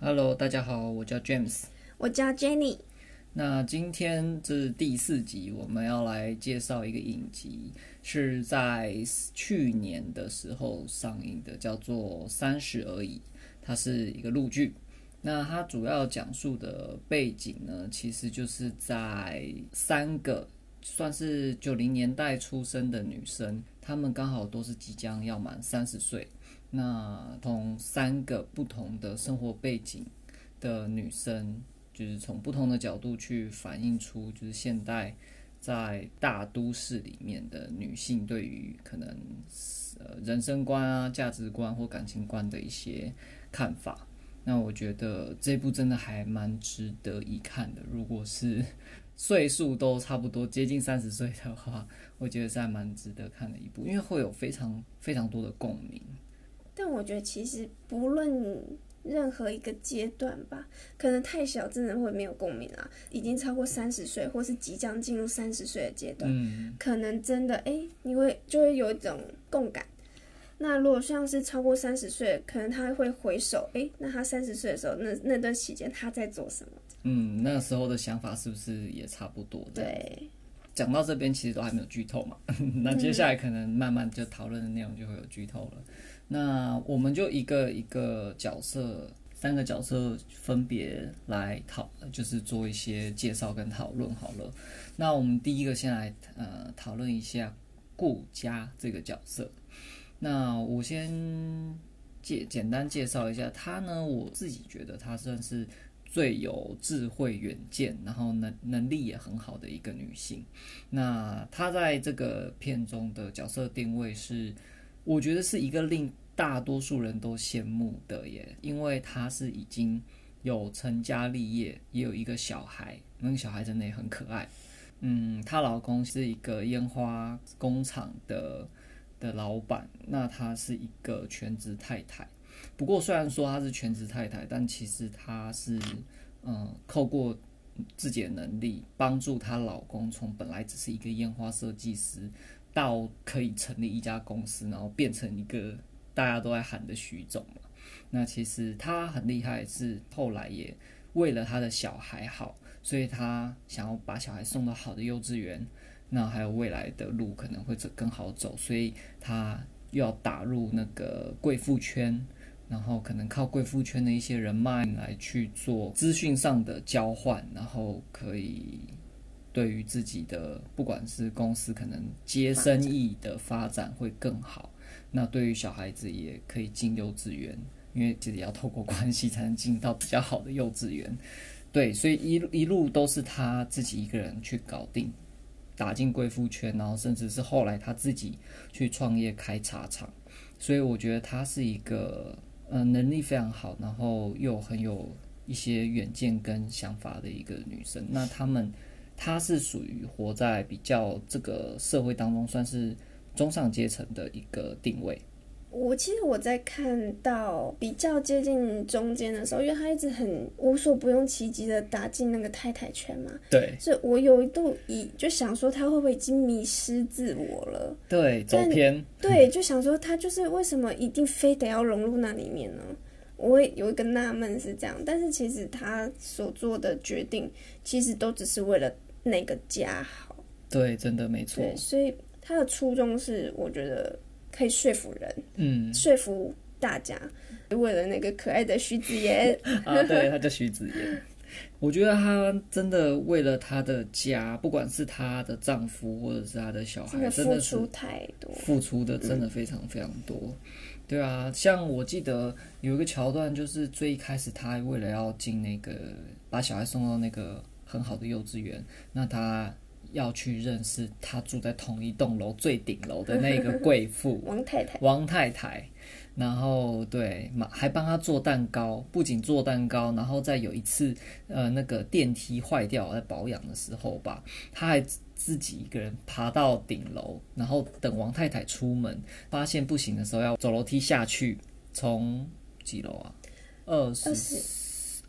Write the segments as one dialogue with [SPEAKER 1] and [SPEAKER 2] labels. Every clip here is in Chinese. [SPEAKER 1] Hello，大家好，我叫 James。
[SPEAKER 2] 我叫 Jenny，
[SPEAKER 1] 那今天这是第四集，我们要来介绍一个影集，是在去年的时候上映的，叫做《三十而已》，它是一个陆剧。那它主要讲述的背景呢，其实就是在三个算是九零年代出生的女生，她们刚好都是即将要满三十岁。那从三个不同的生活背景的女生，就是从不同的角度去反映出，就是现代在大都市里面的女性对于可能呃人生观啊、价值观或感情观的一些看法。那我觉得这部真的还蛮值得一看的。如果是岁数都差不多接近三十岁的话，我觉得是还蛮值得看的一部，因为会有非常非常多的共鸣。
[SPEAKER 2] 但我觉得其实不论任何一个阶段吧，可能太小真的会没有共鸣啊。已经超过三十岁，或是即将进入三十岁的阶段，
[SPEAKER 1] 嗯，
[SPEAKER 2] 可能真的哎、诶你会就会有一种共感。那如果像是超过三十岁，可能他会回首，哎、那他三十岁的时候，那那段期间他在做什么？
[SPEAKER 1] 嗯，那时候的想法是不是也差不多？，
[SPEAKER 2] 对，
[SPEAKER 1] 讲到这边其实都还没有剧透嘛， 那接下来可能慢慢就讨论的内容就会有剧透了。那我们就一个一个角色，三个角色分别来讨，就是做一些介绍跟讨论好了。那我们第一个先来呃讨论一下顾佳这个角色。那我先介简单介绍一下他呢，我自己觉得他算是最有智慧、远见，然后能能力也很好的一个女性。那她在这个片中的角色定位是，我觉得是一个令大多数人都羡慕的耶，因为她是已经有成家立业，也有一个小孩，那个小孩真的也很可爱。嗯，她老公是一个烟花工厂的的老板，那她是一个全职太太。不过虽然说她是全职太太，但其实她是嗯透过自己的能力帮助她老公从本来只是一个烟花设计师，到可以成立一家公司，然后变成一个大家都在喊的徐总嘛。那其实她很厉害，是后来也为了她的小孩好，所以她想要把小孩送到好的幼稚园。那还有未来的路可能会走更好走，所以她又要打入那个贵妇圈，然后可能靠贵妇圈的一些人脉来去做资讯上的交换，然后可以对于自己的不管是公司可能接生意的发展会更好。那对于小孩子也可以进幼稚园，因为其实也要透过关系才能进到比较好的幼稚园。对，所以一一路都是他自己一个人去搞定，打进贵妇圈，然后甚至是后来他自己去创业开茶厂。所以我觉得他是一个嗯、呃能力非常好，然后又很有一些远见跟想法的一个女生。那他们，她是属于活在比较这个社会当中算是中上阶层的一个定位。
[SPEAKER 2] 我其实我在看到比较接近中间的时候，因为他一直很无所不用其极的打进那个太太圈嘛，
[SPEAKER 1] 对
[SPEAKER 2] 所以我有一度以就想说他会不会已经迷失自我了？
[SPEAKER 1] 对，走
[SPEAKER 2] 但
[SPEAKER 1] 偏。
[SPEAKER 2] 对，就想说他就是为什么一定非得要融入那里面呢？我也有一个纳闷是这样，但是其实他所做的决定其实都只是为了那个家好，
[SPEAKER 1] 对，真的没错
[SPEAKER 2] 对，。所以他的初衷是我觉得可以说服人，
[SPEAKER 1] 嗯
[SPEAKER 2] 说服大家，为了那个可爱的徐子言，
[SPEAKER 1] 啊，对，他叫徐子言。我觉得她真的为了她的家，不管是她的丈夫或者是她的小
[SPEAKER 2] 真
[SPEAKER 1] 孩，
[SPEAKER 2] 的
[SPEAKER 1] 真
[SPEAKER 2] 付
[SPEAKER 1] 的是
[SPEAKER 2] 出太多，
[SPEAKER 1] 付出的真的非常非常多。对啊，像我记得有一个桥段，就是最一开始他为了要进那个把小孩送到那个很好的幼稚园，那他要去认识他住在同一栋楼最顶楼的那个贵妇，
[SPEAKER 2] 王太太。
[SPEAKER 1] 王太太，然后对，嘛还帮她做蛋糕，不仅做蛋糕，然后再有一次，呃，那个电梯坏掉在保养的时候吧，她还自自己一个人爬到顶楼，然后等王太太出门，发现不行的时候要走楼梯下去，从几楼啊？二十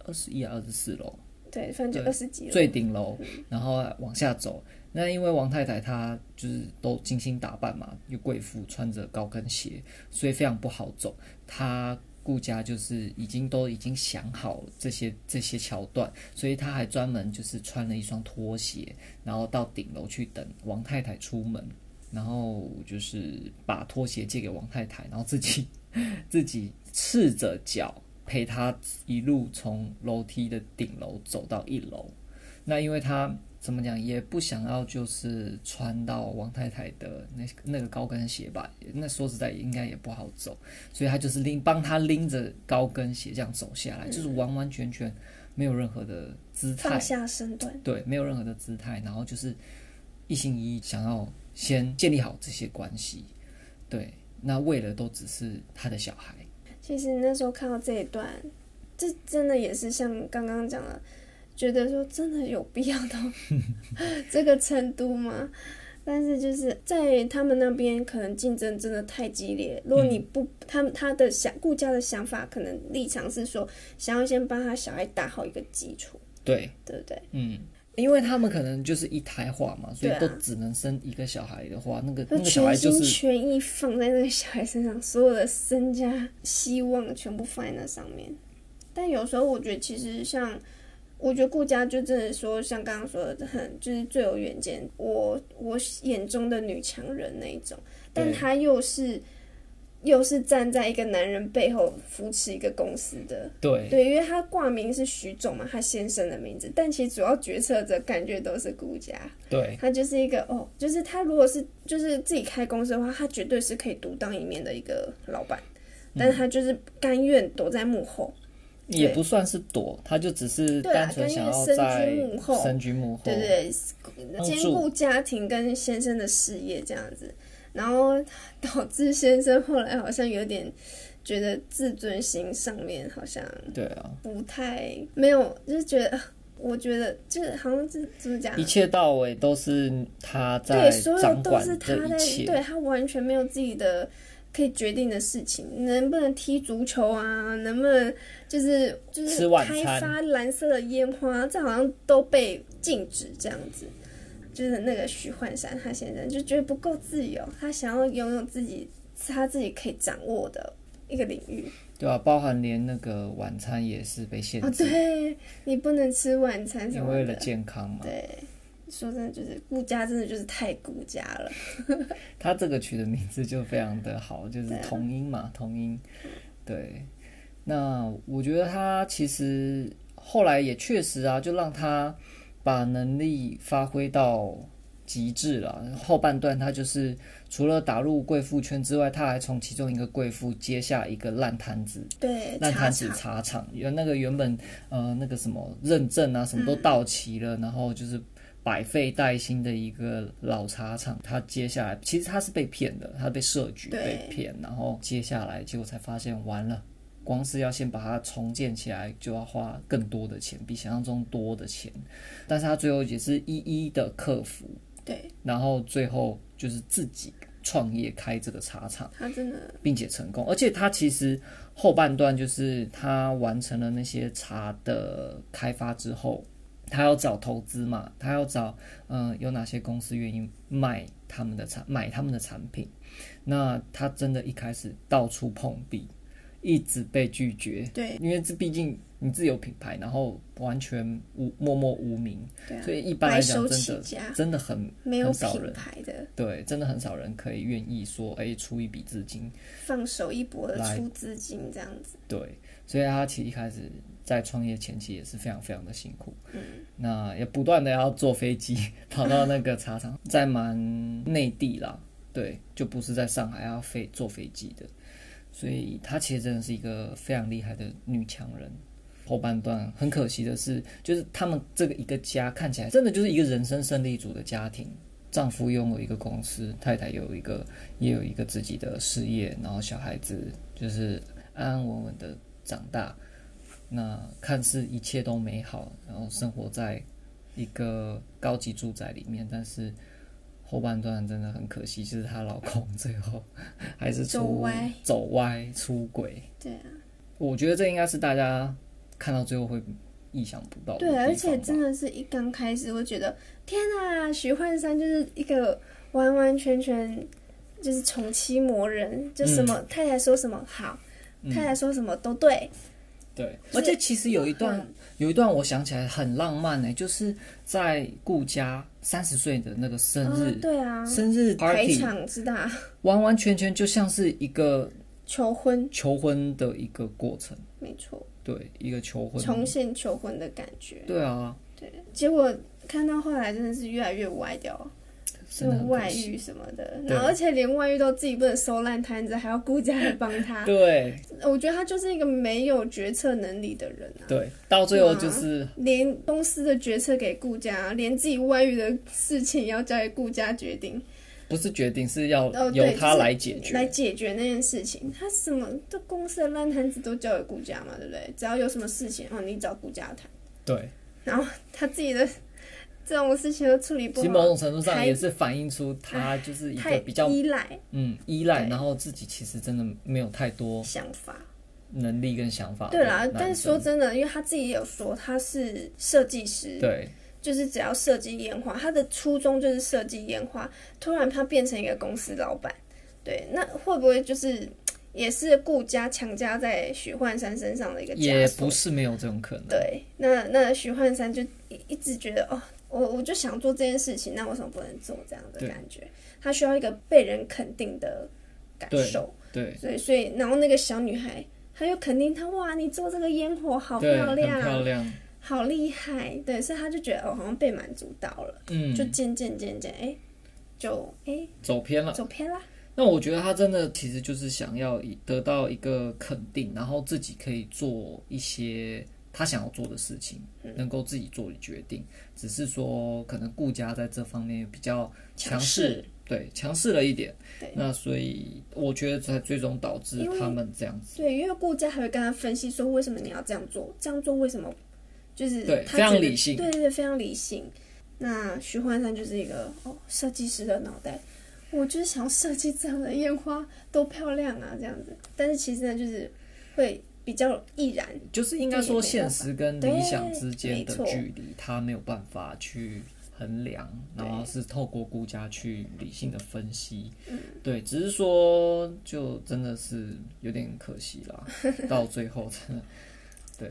[SPEAKER 1] 二十一啊，二十四楼。
[SPEAKER 2] 对，反正就
[SPEAKER 1] 对
[SPEAKER 2] 二十几了。
[SPEAKER 1] 最顶楼，然后往下走。那因为王太太她就是都精心打扮嘛，又贵妇，穿着高跟鞋，所以非常不好走。她顾家就是已经都已经想好这些这些桥段，所以他还专门就是穿了一双拖鞋，然后到顶楼去等王太太出门，然后就是把拖鞋借给王太太，然后自己自己赤着脚陪她一路从楼梯的顶楼走到一楼。那因为他怎么讲也不想要，就是穿到王太太的那那个高跟鞋吧，那说实在应该也不好走，所以他就是拎帮他拎着高跟鞋这样走下来，就是完完全全没有任何的姿态
[SPEAKER 2] 放，下身段，
[SPEAKER 1] 对，没有任何的姿态，然后就是一心一意想要先建立好这些关系，对，那为了都只是他的小孩，
[SPEAKER 2] 其实那时候看到这一段，这真的也是像刚刚讲的，觉得说真的有必要到 这个程度吗？但是就是在他们那边，可能竞争真的太激烈。如果你不，他他的想顾家的想法，可能立场是说，想要先帮他小孩打好一个基础，
[SPEAKER 1] 对，
[SPEAKER 2] 对不对？
[SPEAKER 1] 嗯。因为他们可能就是一胎化嘛，所以
[SPEAKER 2] 对啊
[SPEAKER 1] 都只能生一个小孩的话，那个
[SPEAKER 2] 就
[SPEAKER 1] 那个小孩
[SPEAKER 2] 全
[SPEAKER 1] 就
[SPEAKER 2] 心
[SPEAKER 1] 是
[SPEAKER 2] 全意放在那个小孩身上，所有的身家、希望全部放在那上面。但有时候我觉得，其实像我觉得顾家就真的说，像刚刚说的，很就是最有远见，我我眼中的女强人那一种，但
[SPEAKER 1] 对
[SPEAKER 2] 她又是又是站在一个男人背后扶持一个公司的。
[SPEAKER 1] 对
[SPEAKER 2] 对，因为她挂名是徐总嘛，她先生的名字，但其实主要决策者感觉都是顾家。
[SPEAKER 1] 对
[SPEAKER 2] 他就是一个哦，就是他如果是就是自己开公司的话，他绝对是可以独当一面的一个老板，
[SPEAKER 1] 嗯
[SPEAKER 2] 但是他就是甘愿躲在幕后，
[SPEAKER 1] 哦也不算是躲，他就只是
[SPEAKER 2] 对啊
[SPEAKER 1] 单纯想要
[SPEAKER 2] 跟
[SPEAKER 1] 在
[SPEAKER 2] 那个身居幕后
[SPEAKER 1] 身居幕后，
[SPEAKER 2] 对不对？
[SPEAKER 1] 帮
[SPEAKER 2] 兼
[SPEAKER 1] 助
[SPEAKER 2] 顾家庭跟先生的事业这样子，然后导致先生后来好像有点觉得自尊心上面好像
[SPEAKER 1] 对啊，
[SPEAKER 2] 不太没有，就是觉得，啊我觉得就是好像是怎么讲啊
[SPEAKER 1] 一？切到尾都是他在
[SPEAKER 2] 对，所有
[SPEAKER 1] 掌
[SPEAKER 2] 都
[SPEAKER 1] 管
[SPEAKER 2] 是他
[SPEAKER 1] 这
[SPEAKER 2] 在
[SPEAKER 1] 一，切，
[SPEAKER 2] 对他完全没有自己的可以决定的事情，能不能踢足球啊，能不能就是就
[SPEAKER 1] 吃
[SPEAKER 2] 是
[SPEAKER 1] 晚
[SPEAKER 2] 开
[SPEAKER 1] 餐
[SPEAKER 2] 发蓝色的烟花，这好像都被禁止这样子。就是那个徐焕山他先生就觉得不够自由，他想要拥有自己他自己可以掌握的一个领域。
[SPEAKER 1] 对啊，包含连那个晚餐也是被限
[SPEAKER 2] 哦，
[SPEAKER 1] 制，
[SPEAKER 2] 对你不能吃晚餐什
[SPEAKER 1] 因
[SPEAKER 2] 么
[SPEAKER 1] 为为
[SPEAKER 2] 的
[SPEAKER 1] 了。健康嘛，
[SPEAKER 2] 对，说真的，就是顾家真的就是太顾家了。
[SPEAKER 1] 他这个取的名字就非常的好，就是同音嘛，同音。对，那我觉得他其实后来也确实啊，就让他把能力发挥到极致了。后半段他就是除了打入贵妇圈之外，他还从其中一个贵妇接下一个烂摊子，
[SPEAKER 2] 对，
[SPEAKER 1] 烂
[SPEAKER 2] 茶
[SPEAKER 1] 摊子
[SPEAKER 2] 厂。
[SPEAKER 1] 茶厂，原那个原本呃那个什么认证啊，什么都到齐了，然后就是百废待兴的一个老茶厂，他接下来其实他是被骗的，他被设局
[SPEAKER 2] 对
[SPEAKER 1] 被骗，然后接下来结果才发现完了。光是要先把它重建起来，就要花更多的钱，比想象中多的钱。但是他最后也是一一的克服，
[SPEAKER 2] 对
[SPEAKER 1] 然后最后就是自己创业开这个茶厂。
[SPEAKER 2] 他真的
[SPEAKER 1] 呃并且成功，而且他其实后半段就是他完成了那些茶的开发之后，他要找投资嘛，他要找嗯、呃有哪些公司愿意卖他们的产买他们的产品，那他真的一开始到处碰壁，一直被拒绝，
[SPEAKER 2] 对
[SPEAKER 1] 因为这毕竟你自有品牌，然后完全无默默无名，
[SPEAKER 2] 对啊
[SPEAKER 1] 所，以一般
[SPEAKER 2] 白
[SPEAKER 1] 来讲
[SPEAKER 2] 手
[SPEAKER 1] 真
[SPEAKER 2] 起
[SPEAKER 1] 的
[SPEAKER 2] 家，
[SPEAKER 1] 真的很
[SPEAKER 2] 没有
[SPEAKER 1] 很少
[SPEAKER 2] 品
[SPEAKER 1] 人
[SPEAKER 2] 牌的，
[SPEAKER 1] 对，真的很少人可以愿意说哎出一笔资金。
[SPEAKER 2] 放手一搏的
[SPEAKER 1] 来
[SPEAKER 2] 出资金这样子。
[SPEAKER 1] 对，所以他其实一开始在创业前期也是非常非常的辛苦，那也不断的要坐飞机 跑到那个茶厂，在蛮内地啦，对，就不是在上海要飞坐飞机的，所以她其实真的是一个非常厉害的女强人。后半段很可惜的是，就是他们这个一个家看起来真的就是一个人生胜利组的家庭，丈夫拥有一个公司，太太有一个也有一个自己的事业，然后小孩子就是安安稳稳的长大，那看似一切都美好，然后生活在一个高级住宅里面，但是后半段真的很可惜，就是她老公最后还是出
[SPEAKER 2] 走歪
[SPEAKER 1] 走歪出轨。
[SPEAKER 2] 对啊，
[SPEAKER 1] 我觉得这应该是大家看到最后会意想不到的地
[SPEAKER 2] 对
[SPEAKER 1] 方
[SPEAKER 2] 啊，
[SPEAKER 1] 吧。
[SPEAKER 2] 而且真的是一刚开始，我觉得天啊，徐焕山就是一个完完全全就是宠妻魔人，就什么太太说什么好，
[SPEAKER 1] 嗯
[SPEAKER 2] 他还说什么都对，
[SPEAKER 1] 对，
[SPEAKER 2] 就是
[SPEAKER 1] 而且其实有一段
[SPEAKER 2] 很
[SPEAKER 1] 有一段我想起来很浪漫呢、就是在顾佳三十岁的那个生
[SPEAKER 2] 啊
[SPEAKER 1] 日、
[SPEAKER 2] 对啊，
[SPEAKER 1] 生日
[SPEAKER 2] 排
[SPEAKER 1] party，
[SPEAKER 2] 场之大，
[SPEAKER 1] 完完全全就像是一个
[SPEAKER 2] 求婚，
[SPEAKER 1] 求婚的一个过程，
[SPEAKER 2] 没错，
[SPEAKER 1] 对，一个求婚，
[SPEAKER 2] 重现求婚的感觉。
[SPEAKER 1] 对啊，
[SPEAKER 2] 结果看到后来真的是越来越歪掉，就
[SPEAKER 1] 真的很可
[SPEAKER 2] 外
[SPEAKER 1] 惜，
[SPEAKER 2] 遇什么的，
[SPEAKER 1] 对
[SPEAKER 2] 然后而且连外遇都自己不能收烂摊子，还要顾家人帮他。
[SPEAKER 1] 对
[SPEAKER 2] 我觉得他就是一个没有决策能力的人啊。
[SPEAKER 1] 对，到最后
[SPEAKER 2] 对啊
[SPEAKER 1] 就是
[SPEAKER 2] 连公司的决策给顾家，连自己外遇的事情也要交给顾家决定，
[SPEAKER 1] 不是决定是要
[SPEAKER 2] 哦对
[SPEAKER 1] 由
[SPEAKER 2] 就
[SPEAKER 1] 他
[SPEAKER 2] 是
[SPEAKER 1] 来解决，
[SPEAKER 2] 来解决那件事情。他什么这公司的烂摊子都交给顾家嘛，对不对？只要有什么事情，哦，你找顾家谈。
[SPEAKER 1] 对，
[SPEAKER 2] 他自己的这种事情都处理不
[SPEAKER 1] 其实某
[SPEAKER 2] 好，
[SPEAKER 1] 种程度上
[SPEAKER 2] 还
[SPEAKER 1] 也是反映出他就是一
[SPEAKER 2] 太
[SPEAKER 1] 个比较
[SPEAKER 2] 依赖
[SPEAKER 1] 嗯依赖，
[SPEAKER 2] 对
[SPEAKER 1] 然后自己其实真的没有太多
[SPEAKER 2] 想法。
[SPEAKER 1] 能力跟想法的
[SPEAKER 2] 对
[SPEAKER 1] 男，
[SPEAKER 2] 啦
[SPEAKER 1] 生。
[SPEAKER 2] 但是说真的，因为他自己也有说他是设计师，
[SPEAKER 1] 对
[SPEAKER 2] 就是只要设计烟花，他的初衷就是设计烟花。突然他变成一个公司老板，对，那会不会就是也是顾家强加在许幻山身上的一个枷
[SPEAKER 1] 也
[SPEAKER 2] 锁
[SPEAKER 1] 不？是没有这种可能。，
[SPEAKER 2] 对，那那许幻山就一一直觉得哦，我我就想做这件事情，那为什么不能做这样的
[SPEAKER 1] 对
[SPEAKER 2] 感觉？他需要一个被人肯定的感
[SPEAKER 1] 对
[SPEAKER 2] 受，
[SPEAKER 1] 对
[SPEAKER 2] 所以所以然后那个小女孩，她又肯定她哇，你做这个烟火好
[SPEAKER 1] 对，
[SPEAKER 2] 漂
[SPEAKER 1] 很
[SPEAKER 2] 亮，啊
[SPEAKER 1] 漂亮。
[SPEAKER 2] 好厉害，对，所以她就觉得哦，好像被满足到了，
[SPEAKER 1] 嗯
[SPEAKER 2] 就，渐渐渐渐，哎、就哎、
[SPEAKER 1] 走偏了。
[SPEAKER 2] 走偏啦，
[SPEAKER 1] 那我觉得他真的其实就是想要以得到一个肯定，然后自己可以做一些他想要做的事情，
[SPEAKER 2] 嗯
[SPEAKER 1] 能够自己做决定。只是说可能顾家在这方面比较强
[SPEAKER 2] 强
[SPEAKER 1] 势
[SPEAKER 2] 势，
[SPEAKER 1] 对，强势了一点
[SPEAKER 2] 对。
[SPEAKER 1] 那所以我觉得才最终导致
[SPEAKER 2] 因为
[SPEAKER 1] 他们这样子。
[SPEAKER 2] 对，因为顾家还会跟她分析说为什么你要这样做，这样做为什么，就是
[SPEAKER 1] 对
[SPEAKER 2] 她
[SPEAKER 1] 非常
[SPEAKER 2] 觉得
[SPEAKER 1] 理性
[SPEAKER 2] 对对对，非常理性。那徐焕山就是一个哦设计师的脑袋，我就是想要设计这样的烟花多漂亮啊这样子，但是其实呢就是会比较毅然，
[SPEAKER 1] 就是应该说现实跟理想之间的
[SPEAKER 2] 对
[SPEAKER 1] 距离，他没有办法去衡量，
[SPEAKER 2] 对嗯
[SPEAKER 1] 然后是透过估价去理性的分析。对，只是说就真的是有点可惜啦，到最后真的对。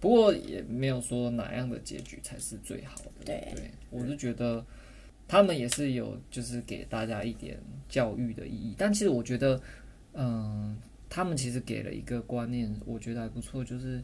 [SPEAKER 1] 不过也没有说哪样的结局才是最好的。
[SPEAKER 2] 对
[SPEAKER 1] 我是觉得他们也是有就是给大家一点教育的意义，但其实我觉得，嗯，他们其实给了一个观念，我觉得还不错，就是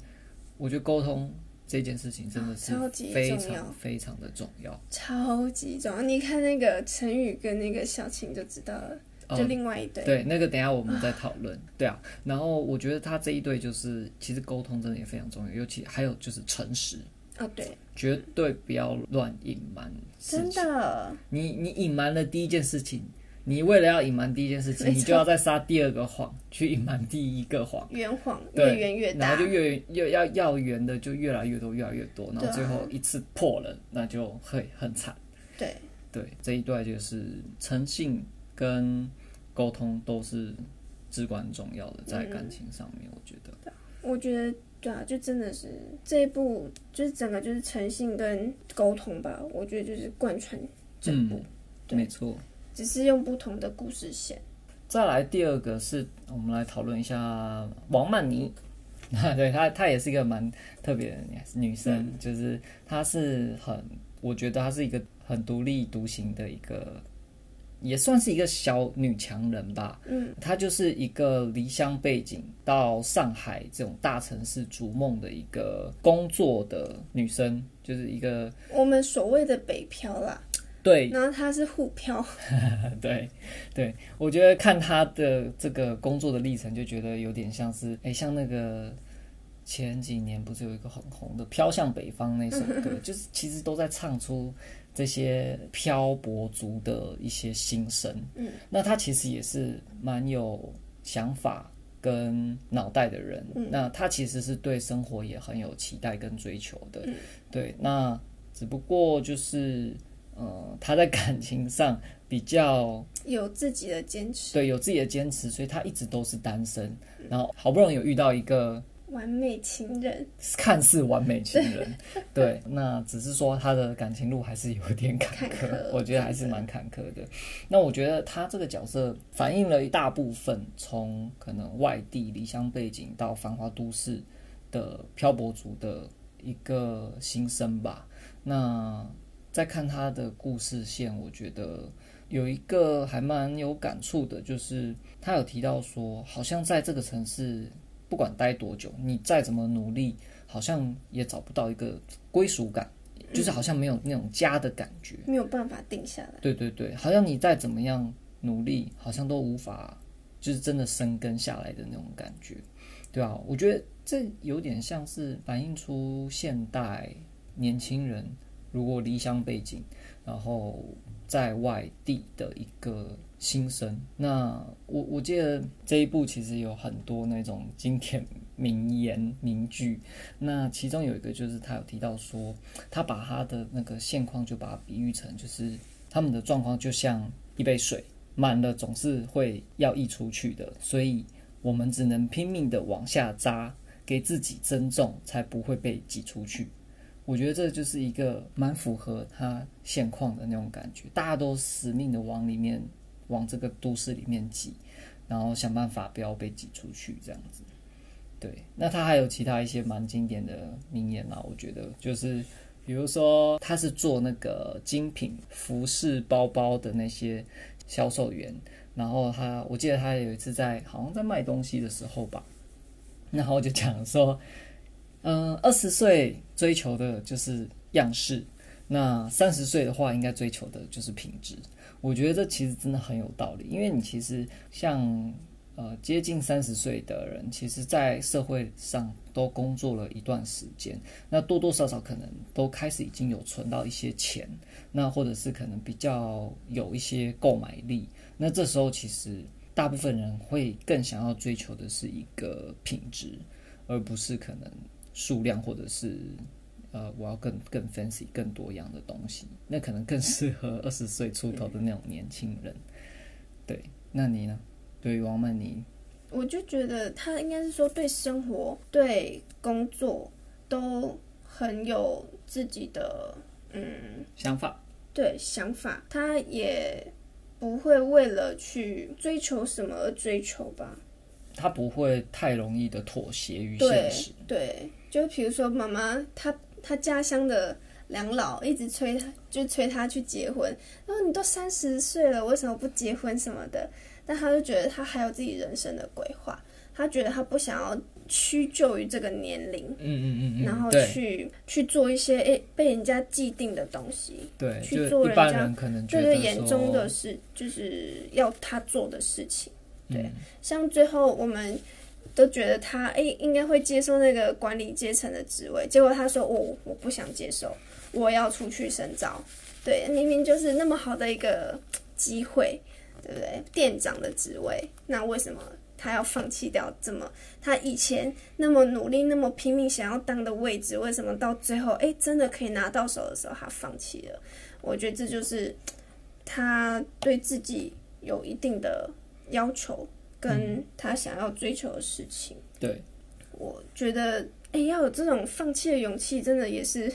[SPEAKER 1] 我觉得沟通这件事情真的是
[SPEAKER 2] 啊超级
[SPEAKER 1] 非
[SPEAKER 2] 重要
[SPEAKER 1] 常非常的重要。
[SPEAKER 2] 超级重要。你看那个陈宇跟那个小晴就知道了，
[SPEAKER 1] 哦
[SPEAKER 2] 就另外一对，
[SPEAKER 1] 对，那个等一下我们再讨论。 对啊，然后我觉得他这一对就是，其实沟通真的也非常重要，尤其还有就是诚实，
[SPEAKER 2] 哦对，
[SPEAKER 1] 绝对不要乱隐瞒事
[SPEAKER 2] 真
[SPEAKER 1] 情。
[SPEAKER 2] 的
[SPEAKER 1] 你你隐瞒了第一件事情，你为了要隐瞒第一件事情，
[SPEAKER 2] 没错
[SPEAKER 1] 你就要再撒第二个谎，去隐瞒第一个谎，
[SPEAKER 2] 圆谎
[SPEAKER 1] 对
[SPEAKER 2] 越圆越
[SPEAKER 1] 然
[SPEAKER 2] 大
[SPEAKER 1] 后就，越越要要圆的就越来越多，越来越多，然
[SPEAKER 2] 对
[SPEAKER 1] 后
[SPEAKER 2] 啊
[SPEAKER 1] 最后一次破了，那就会很惨。
[SPEAKER 2] 对，
[SPEAKER 1] 对，这一段就是诚信跟沟通都是至关重要的，
[SPEAKER 2] 嗯
[SPEAKER 1] 在感情上面，我觉得。
[SPEAKER 2] 我觉得对啊，就真的是这一部就是整个就是诚信跟沟通吧，我觉得就是贯穿整部，
[SPEAKER 1] 嗯
[SPEAKER 2] 对
[SPEAKER 1] 没错。
[SPEAKER 2] 只是用不同的故事线。
[SPEAKER 1] 再来第二个是我们来讨论一下王曼妮， 啊，对她，她也是一个蛮特别的女生，就是她是很，我觉得她是一个很独立独行的一个，也算是一个小女强人吧。
[SPEAKER 2] 嗯，
[SPEAKER 1] 她就是一个离乡背景到上海这种大城市逐梦的一个工作的女生，就是一个
[SPEAKER 2] 我们所谓的北漂啦，
[SPEAKER 1] 对
[SPEAKER 2] 然后他是沪漂，
[SPEAKER 1] 对，对，我觉得看他的这个工作的历程，就觉得有点像是，哎，像那个前几年不是有一个很红的《飘向北方》那首歌，就是其实都在唱出这些漂泊族的一些心声。
[SPEAKER 2] 嗯，
[SPEAKER 1] 那他其实也是蛮有想法。跟脑袋的人，那他其实是对生活也很有期待跟追求的，对。那只不过就是，呃，他在感情上比较
[SPEAKER 2] 有自己的坚持。
[SPEAKER 1] 对有自己的坚持，所以他一直都是单身。然后好不容易有遇到一个
[SPEAKER 2] 完美情人，
[SPEAKER 1] 看似完美情人，对，那只是说他的感情路还是有点坎坷，
[SPEAKER 2] 坎坷
[SPEAKER 1] 我觉得还是蛮坎坷的。那我觉得他这个角色反映了一大部分从可能外地离乡背景到繁华都市的漂泊族的一个心声吧。那再看他的故事线，我觉得有一个还蛮有感触的，就是他有提到说，好像在这个城市不管待多久，你再怎么努力，好像也找不到一个归属感，就是好像没有那种家的感觉。
[SPEAKER 2] 没有办法定下来。
[SPEAKER 1] 对对对，好像你再怎么样努力，好像都无法就是真的生根下来的那种感觉，对啊，我觉得这有点像是反映出现代年轻人如果离乡背景，然后在外地的一个心声。那我我记得这一部其实有很多那种经典名言名句，那其中有一个就是他有提到说，他把他的那个现况就把它比喻成就是他们的状况就像一杯水，满了总是会要溢出去的，所以我们只能拼命的往下扎，给自己增重，才不会被挤出去。我觉得这就是一个蛮符合他现况的那种感觉，大家都死命的往里面，往这个都市里面挤，然后想办法不要被挤出去，这样子。对，那他还有其他一些蛮经典的名言啊，我觉得就是比如说他是做那个精品服饰包包的那些销售员，然后他我记得他有一次在好像在卖东西的时候吧，然后就讲说，嗯、呃，二十岁追求的就是样式，那三十岁的话应该追求的就是品质。我觉得这其实真的很有道理，因为你其实像呃接近三十岁的人，其实在社会上都工作了一段时间，那多多少少可能都开始已经有存到一些钱，那或者是可能比较有一些购买力，那这时候其实大部分人会更想要追求的是一个品质，而不是可能数量或者是。呃，我要更更 fancy、更多样的东西，那可能更适合二十岁出头的那种年轻人。对，那你呢？对于王曼妮，
[SPEAKER 2] 我就觉得他应该是说对生活、对工作都很有自己的嗯
[SPEAKER 1] 想法，
[SPEAKER 2] 对想法，他也不会为了去追求什么而追求吧。
[SPEAKER 1] 她不会太容易的妥协于
[SPEAKER 2] 对
[SPEAKER 1] 现实。
[SPEAKER 2] 对，就比如说妈妈她她家乡的两老一直催她，就催她去结婚，然后你都三十岁了，为什么不结婚什么的？但她就觉得她还有自己人生的规划，她觉得她不想要屈就于这个年龄，
[SPEAKER 1] 嗯嗯嗯嗯，
[SPEAKER 2] 然后
[SPEAKER 1] 对
[SPEAKER 2] 去去做一些诶、被人家既定的东西，
[SPEAKER 1] 对，
[SPEAKER 2] 去
[SPEAKER 1] 就
[SPEAKER 2] 做
[SPEAKER 1] 一
[SPEAKER 2] 人
[SPEAKER 1] 般
[SPEAKER 2] 家
[SPEAKER 1] 人可能觉
[SPEAKER 2] 这
[SPEAKER 1] 得
[SPEAKER 2] 是眼中的
[SPEAKER 1] 说
[SPEAKER 2] 事，就是要她做的事情。对
[SPEAKER 1] 嗯
[SPEAKER 2] 像最后我们都觉得他哎、诶应该会接受那个管理阶层的职位，结果他说我、我不想接受，我要出去深造。对，明明就是那么好的一个嘖机会，对不对？店长的职位，那为什么他要放弃掉这么他以前那么努力、那么拼命想要当的位置？为什么到最后哎、诶真的可以拿到手的时候，他放弃了？我觉得这就是嘖他对自己有一定的要求，跟他想要追求的事情。
[SPEAKER 1] 对，
[SPEAKER 2] 我觉得，哎、要有这种放弃的勇气，真的也是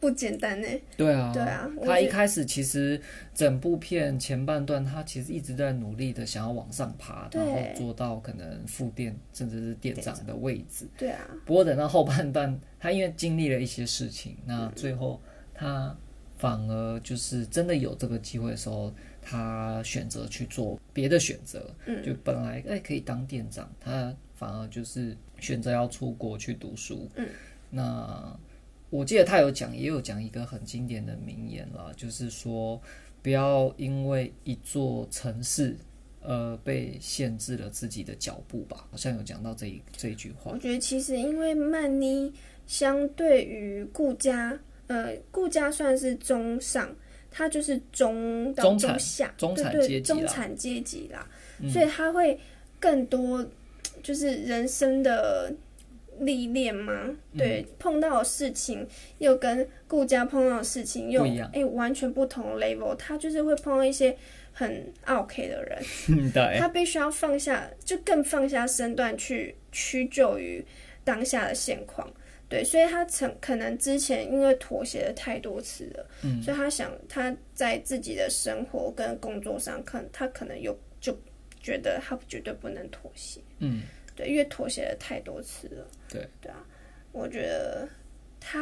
[SPEAKER 2] 不简单呢。
[SPEAKER 1] 对啊，
[SPEAKER 2] 对啊我
[SPEAKER 1] 他一
[SPEAKER 2] 觉得
[SPEAKER 1] 开始其实整部片前半段，他其实一直在努力的想要往上爬，然后
[SPEAKER 2] 对
[SPEAKER 1] 做到可能副店甚至是店长的位置。
[SPEAKER 2] 对啊，
[SPEAKER 1] 不过等到后半段，他因为经历了一些事情，那最后他反而就是真的有这个机会的时候，他选择去做别的选择，就本来哎可以当店长，他反而就是选择要出国去读书。
[SPEAKER 2] 嗯，
[SPEAKER 1] 那我记得他有讲，也有讲一个很经典的名言啦，就是说不要因为一座城市。呃，被限制了自己的脚步吧，好像有讲到这一这一句话
[SPEAKER 2] 我。觉得其实因为曼妮相对于顾家，呃，顾家算是中上，她就是中到
[SPEAKER 1] 中
[SPEAKER 2] 中
[SPEAKER 1] 产
[SPEAKER 2] 下，
[SPEAKER 1] 中
[SPEAKER 2] 对
[SPEAKER 1] 产
[SPEAKER 2] 对
[SPEAKER 1] 阶级
[SPEAKER 2] 中
[SPEAKER 1] 啦嗯
[SPEAKER 2] 产阶级啦，所以她会更多就是人生的历练嘛，对，
[SPEAKER 1] 嗯
[SPEAKER 2] 碰到的事情又跟顾家碰到的事情又
[SPEAKER 1] 不一样
[SPEAKER 2] 哎、完全不同的 level，她就是会碰到一些很 OK 的人。
[SPEAKER 1] 嗯，对，
[SPEAKER 2] 他必须要放下，就更放下身段去屈就于当下的现况。对，所以他曾可能之前因为妥协了太多次了，嗯、所以他想他在自己的生活跟工作上，可他可能有就觉得他绝对不能妥协，
[SPEAKER 1] 嗯，
[SPEAKER 2] 对，因为妥协了太多次了。
[SPEAKER 1] 对，
[SPEAKER 2] 对啊，我觉得他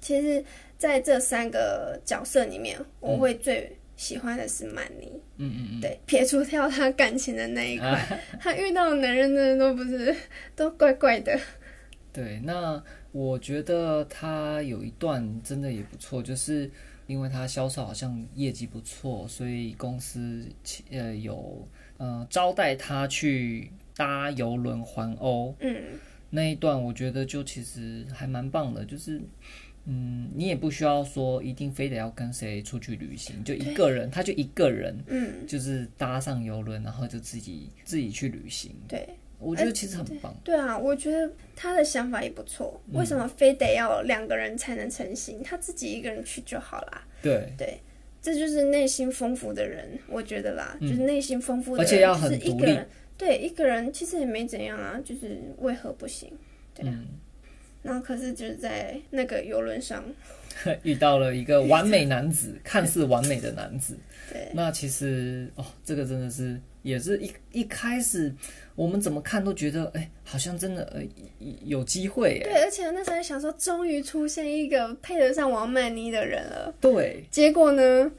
[SPEAKER 2] 其实在这三个角色里面，我会最喜欢的是曼妮。
[SPEAKER 1] 嗯嗯嗯，
[SPEAKER 2] 对，撇除掉他感情的那一块，
[SPEAKER 1] 啊
[SPEAKER 2] 他遇到的男人真的都不是 都怪怪的。
[SPEAKER 1] 对，那我觉得他有一段真的也不错，就是因为他销售好像业绩不错，所以公司请呃有呃招待他去搭游轮环欧
[SPEAKER 2] 嗯，
[SPEAKER 1] 那一段，我觉得就其实还蛮棒的，就是。嗯，你也不需要说一定非得要跟谁出去旅行，就一个人，他就一个人，
[SPEAKER 2] 嗯，
[SPEAKER 1] 就是搭上游轮，然后就自己自己去旅行。
[SPEAKER 2] 对。
[SPEAKER 1] 我觉得其实很棒，
[SPEAKER 2] 呃对啊，我觉得他的想法也不错。
[SPEAKER 1] 嗯
[SPEAKER 2] 为什么非得要两个人才能成型？他自己一个人去就好啦。
[SPEAKER 1] 对，
[SPEAKER 2] 这就是内心丰富的人，我觉得啦，就是内心丰富
[SPEAKER 1] 嗯而
[SPEAKER 2] 的人，
[SPEAKER 1] 且要很
[SPEAKER 2] 就是一
[SPEAKER 1] 独
[SPEAKER 2] 个
[SPEAKER 1] 立
[SPEAKER 2] 人，对一个人其实也没怎样啊，就是为何不行？
[SPEAKER 1] 嗯
[SPEAKER 2] 对啊。然后可是就是在那个游轮上，
[SPEAKER 1] 遇到了一个完美男子，看似完美的男子。
[SPEAKER 2] 对
[SPEAKER 1] 那其实哦，这个真的是也是一一开始我们怎么看都觉得，哎，好像真的呃有机会哎。
[SPEAKER 2] 对，而且那时候还想说，终于出现一个配得上王曼妮的人了。
[SPEAKER 1] 对，
[SPEAKER 2] 结果呢？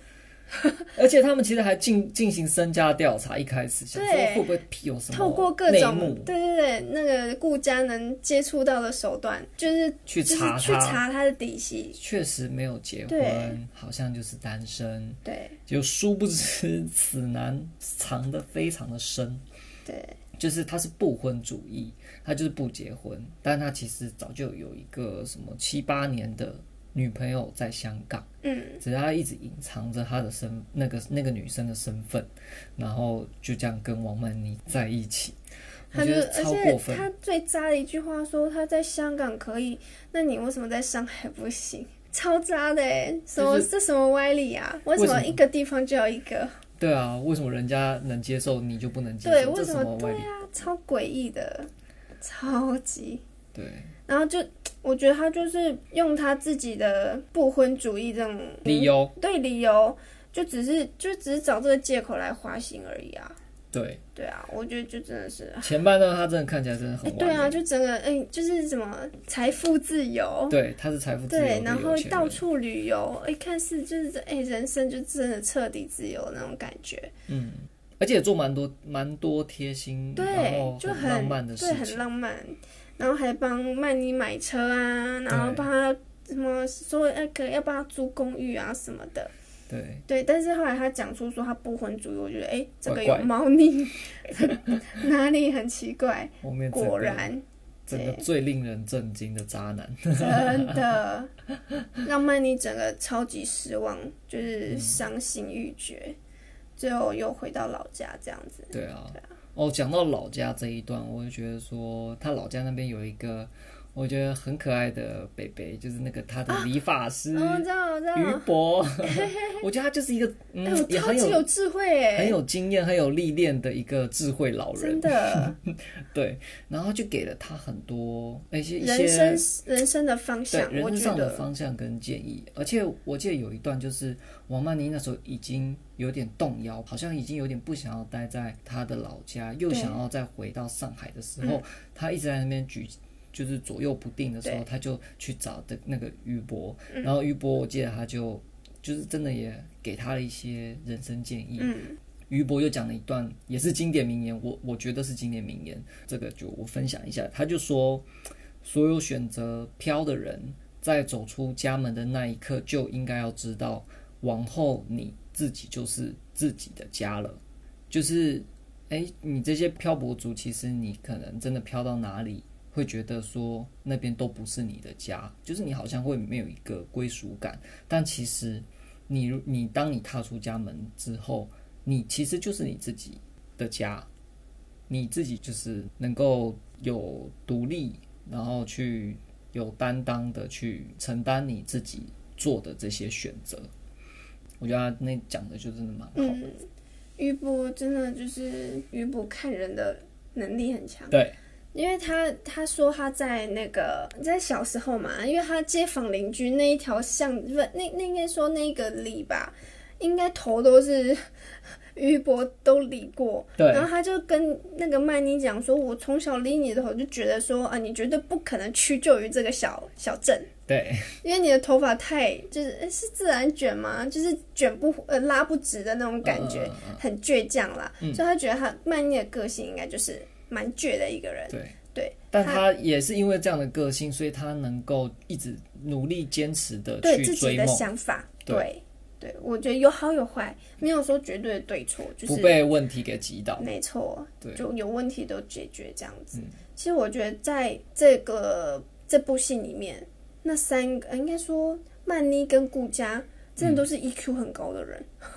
[SPEAKER 1] 而且他们其实还进进行身家调查，一开始想说
[SPEAKER 2] 对
[SPEAKER 1] 会不会有什么
[SPEAKER 2] 透过各
[SPEAKER 1] 内
[SPEAKER 2] 种
[SPEAKER 1] 幕
[SPEAKER 2] 对对对，那个顾家能接触到的手段，就是
[SPEAKER 1] 去
[SPEAKER 2] 就是
[SPEAKER 1] 查
[SPEAKER 2] 去
[SPEAKER 1] 他，
[SPEAKER 2] 查他的底细。
[SPEAKER 1] 确实没有结
[SPEAKER 2] 对
[SPEAKER 1] 婚，好像就是单身。
[SPEAKER 2] 对
[SPEAKER 1] 就殊不知此男藏得非常的深，
[SPEAKER 2] 对
[SPEAKER 1] 就是他是不婚主义，他就是不结婚，但他其实早就有一个什么七八年的女朋友在香港，
[SPEAKER 2] 嗯，
[SPEAKER 1] 只是他一直隐藏着他的身那个那个女生的身份，然后就这样跟王曼妮在一起，我
[SPEAKER 2] 他就
[SPEAKER 1] 觉得
[SPEAKER 2] 而
[SPEAKER 1] 超过
[SPEAKER 2] 且
[SPEAKER 1] 分。
[SPEAKER 2] 他最渣的一句话说他在香港可以，那你为什么在上海不行？ 超渣的哎、什么、
[SPEAKER 1] 就是
[SPEAKER 2] 这什么歪理啊？为什
[SPEAKER 1] 为什
[SPEAKER 2] 么
[SPEAKER 1] 么
[SPEAKER 2] 一个地方就要一个？
[SPEAKER 1] 对啊，为什么人家能接受你就不能接
[SPEAKER 2] 对，
[SPEAKER 1] 受？
[SPEAKER 2] 为
[SPEAKER 1] 这
[SPEAKER 2] 什
[SPEAKER 1] 什么
[SPEAKER 2] 么？
[SPEAKER 1] 歪理？
[SPEAKER 2] 对啊，超诡异的，超级。
[SPEAKER 1] 对，
[SPEAKER 2] 然后就我觉得他就是用他自己的不婚主义这种
[SPEAKER 1] 理由
[SPEAKER 2] 对理由，就只是就只是找这个借口来花心而已啊。
[SPEAKER 1] 对，
[SPEAKER 2] 对啊，我觉得就真的是，
[SPEAKER 1] 前半段他真的看起来真的
[SPEAKER 2] 哎
[SPEAKER 1] 很，完
[SPEAKER 2] 对
[SPEAKER 1] 美。
[SPEAKER 2] 啊，就整个哎，就是什么财富自由，
[SPEAKER 1] 对，他是财富自由的
[SPEAKER 2] 对，然后
[SPEAKER 1] 有钱
[SPEAKER 2] 到
[SPEAKER 1] 人
[SPEAKER 2] 处旅游，哎，看似就是哎，人生就真的彻底自由那种感觉，
[SPEAKER 1] 嗯，而且也做蛮多蛮多贴心，然
[SPEAKER 2] 对
[SPEAKER 1] 后，
[SPEAKER 2] 就
[SPEAKER 1] 浪漫的事
[SPEAKER 2] 对，很
[SPEAKER 1] 情。
[SPEAKER 2] 浪漫，然后还帮曼妮买车啊，然后
[SPEAKER 1] 对
[SPEAKER 2] 帮他什么说哎，可要帮他租公寓啊什么的，
[SPEAKER 1] 对，
[SPEAKER 2] 对，但是后来他讲出说他不婚主义，我觉得哎、诶这个有
[SPEAKER 1] 怪怪
[SPEAKER 2] 猫腻，哪里很奇怪？
[SPEAKER 1] 后面整
[SPEAKER 2] 果
[SPEAKER 1] 个
[SPEAKER 2] 然
[SPEAKER 1] 整个
[SPEAKER 2] 对
[SPEAKER 1] 最令人震惊的渣男，
[SPEAKER 2] 真的让曼妮整个超级失望，
[SPEAKER 1] 嗯
[SPEAKER 2] 就是伤心欲绝，最后又回到老家这样子。
[SPEAKER 1] 对啊。哦，讲到老家这一段，我就觉得说他老家那边有一个我觉得很可爱的北北，就是那个他的理发师
[SPEAKER 2] 哦，我知道，我知道，
[SPEAKER 1] 于博， 我觉得他就是一个
[SPEAKER 2] 哎、
[SPEAKER 1] 嗯
[SPEAKER 2] 我
[SPEAKER 1] 也
[SPEAKER 2] 超
[SPEAKER 1] 很
[SPEAKER 2] 级
[SPEAKER 1] 有
[SPEAKER 2] 有智慧
[SPEAKER 1] 很
[SPEAKER 2] 哎，
[SPEAKER 1] 有经验、很有历练的一个智慧老人
[SPEAKER 2] 真，的，
[SPEAKER 1] 对，然后就给了他很多 哎一些一
[SPEAKER 2] 人
[SPEAKER 1] 些
[SPEAKER 2] 生人生的方
[SPEAKER 1] 对
[SPEAKER 2] 向，我
[SPEAKER 1] 人
[SPEAKER 2] 觉
[SPEAKER 1] 上的
[SPEAKER 2] 得
[SPEAKER 1] 方向跟建议，而且我记得有一段就是王曼妮那时候已经有点动摇，好像已经有点不想要待在她的老家，又
[SPEAKER 2] 对
[SPEAKER 1] 想要再回到上海的时
[SPEAKER 2] 嗯
[SPEAKER 1] 候，她一直在那边举。就是左右不定的时候，
[SPEAKER 2] 对嗯
[SPEAKER 1] 她就去找的那个于博，然后于博我记得他就就是真的也给她了一些人生建议。
[SPEAKER 2] 嗯
[SPEAKER 1] 于博又讲了一段也是经典名言，我我觉得是经典名言，这个就我分享一下。他就说，所有选择飘的人，在走出家门的那一刻，就应该要知道，往后你自己就是自己的家了。就是，哎，你这些漂泊族，其实你可能真的漂到哪里，会觉得说那边都不是你的家，就是你好像会没有一个归属感。但其实你，你当你踏出家门之后，你其实就是你自己的家，你自己就是能够有独立，然后去有担当的去承担你自己做的这些选择。我觉得他那讲的就真的蛮好的，
[SPEAKER 2] 嗯，于博真的就是于博看人的能力很强。
[SPEAKER 1] 对
[SPEAKER 2] 因为他他说他在那个在小时候嘛，因为他街坊邻居那一条巷，不那那应该说那个里吧，应该头都是 余伯都理过。
[SPEAKER 1] 对
[SPEAKER 2] 然后他就跟那个曼妮讲说，我从小理你的头就觉得说啊，你绝对不可能屈就于这个小小镇，
[SPEAKER 1] 对，
[SPEAKER 2] 因为你的头发太就是诶是自然卷吗？就是卷不呃拉不直的那种感觉，
[SPEAKER 1] 嗯嗯嗯
[SPEAKER 2] 很倔强啦。所以他觉得他曼妮的个性应该就是蛮倔的一个人
[SPEAKER 1] 嗯。对。
[SPEAKER 2] 对，
[SPEAKER 1] 但他也是因为这样的个性，所以他能够一直努力坚持的
[SPEAKER 2] 对
[SPEAKER 1] 去
[SPEAKER 2] 自己
[SPEAKER 1] 追
[SPEAKER 2] 的
[SPEAKER 1] 梦，
[SPEAKER 2] 想法，
[SPEAKER 1] 对
[SPEAKER 2] 对对，我觉得有好有坏，没有说绝对的对错，就
[SPEAKER 1] 不
[SPEAKER 2] 是
[SPEAKER 1] 被问题给击倒。
[SPEAKER 2] 没错
[SPEAKER 1] 对，嗯
[SPEAKER 2] 就有问题都解决这样子。其实我觉得在这个这部戏里面，那三个呃应该说曼妮跟顾佳。
[SPEAKER 1] 嗯
[SPEAKER 2] 真的都是 EQ 很高的人，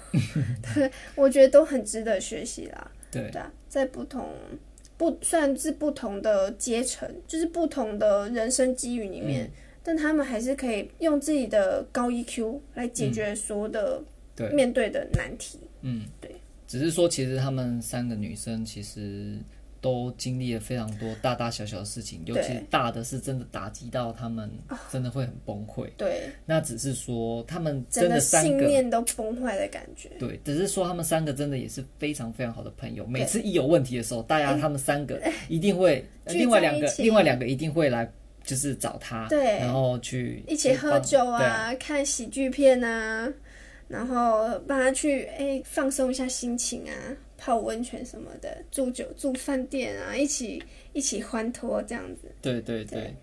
[SPEAKER 2] 对，我觉得都很值得学习啦。
[SPEAKER 1] 对，
[SPEAKER 2] 对啊，在不同不虽然是不同的阶层，就是不同的人生机遇里
[SPEAKER 1] 嗯
[SPEAKER 2] 面，但他们还是可以用自己的高 EQ 来解决所有的
[SPEAKER 1] 嗯对
[SPEAKER 2] 面对的难题。
[SPEAKER 1] 嗯，
[SPEAKER 2] 对，
[SPEAKER 1] 只是说其实她们三个女生其实都经历了非常多大大小小的事情，尤
[SPEAKER 2] 对哦
[SPEAKER 1] 其大的是真的打击到她们，真的会很崩溃。
[SPEAKER 2] 对，
[SPEAKER 1] 那只是说她们
[SPEAKER 2] 整
[SPEAKER 1] 真
[SPEAKER 2] 个
[SPEAKER 1] 的三
[SPEAKER 2] 信
[SPEAKER 1] 个
[SPEAKER 2] 念都崩坏的感觉。
[SPEAKER 1] 对，只是说他们三个真的也是非常非常好的朋友。每次一有问题的时候，大家他们三个一定会，呃
[SPEAKER 2] 哎聚在
[SPEAKER 1] 另外两个
[SPEAKER 2] 一，起
[SPEAKER 1] 另外两个一定会来，就是找他，
[SPEAKER 2] 对
[SPEAKER 1] 然后去
[SPEAKER 2] 一起喝
[SPEAKER 1] 帮
[SPEAKER 2] 酒
[SPEAKER 1] 对
[SPEAKER 2] 啊，看喜剧片啊，然后帮他去哎、放松一下心情啊，泡温泉什么的，住酒住饭店啊，一起一起欢脱这样子。
[SPEAKER 1] 对对对
[SPEAKER 2] 对，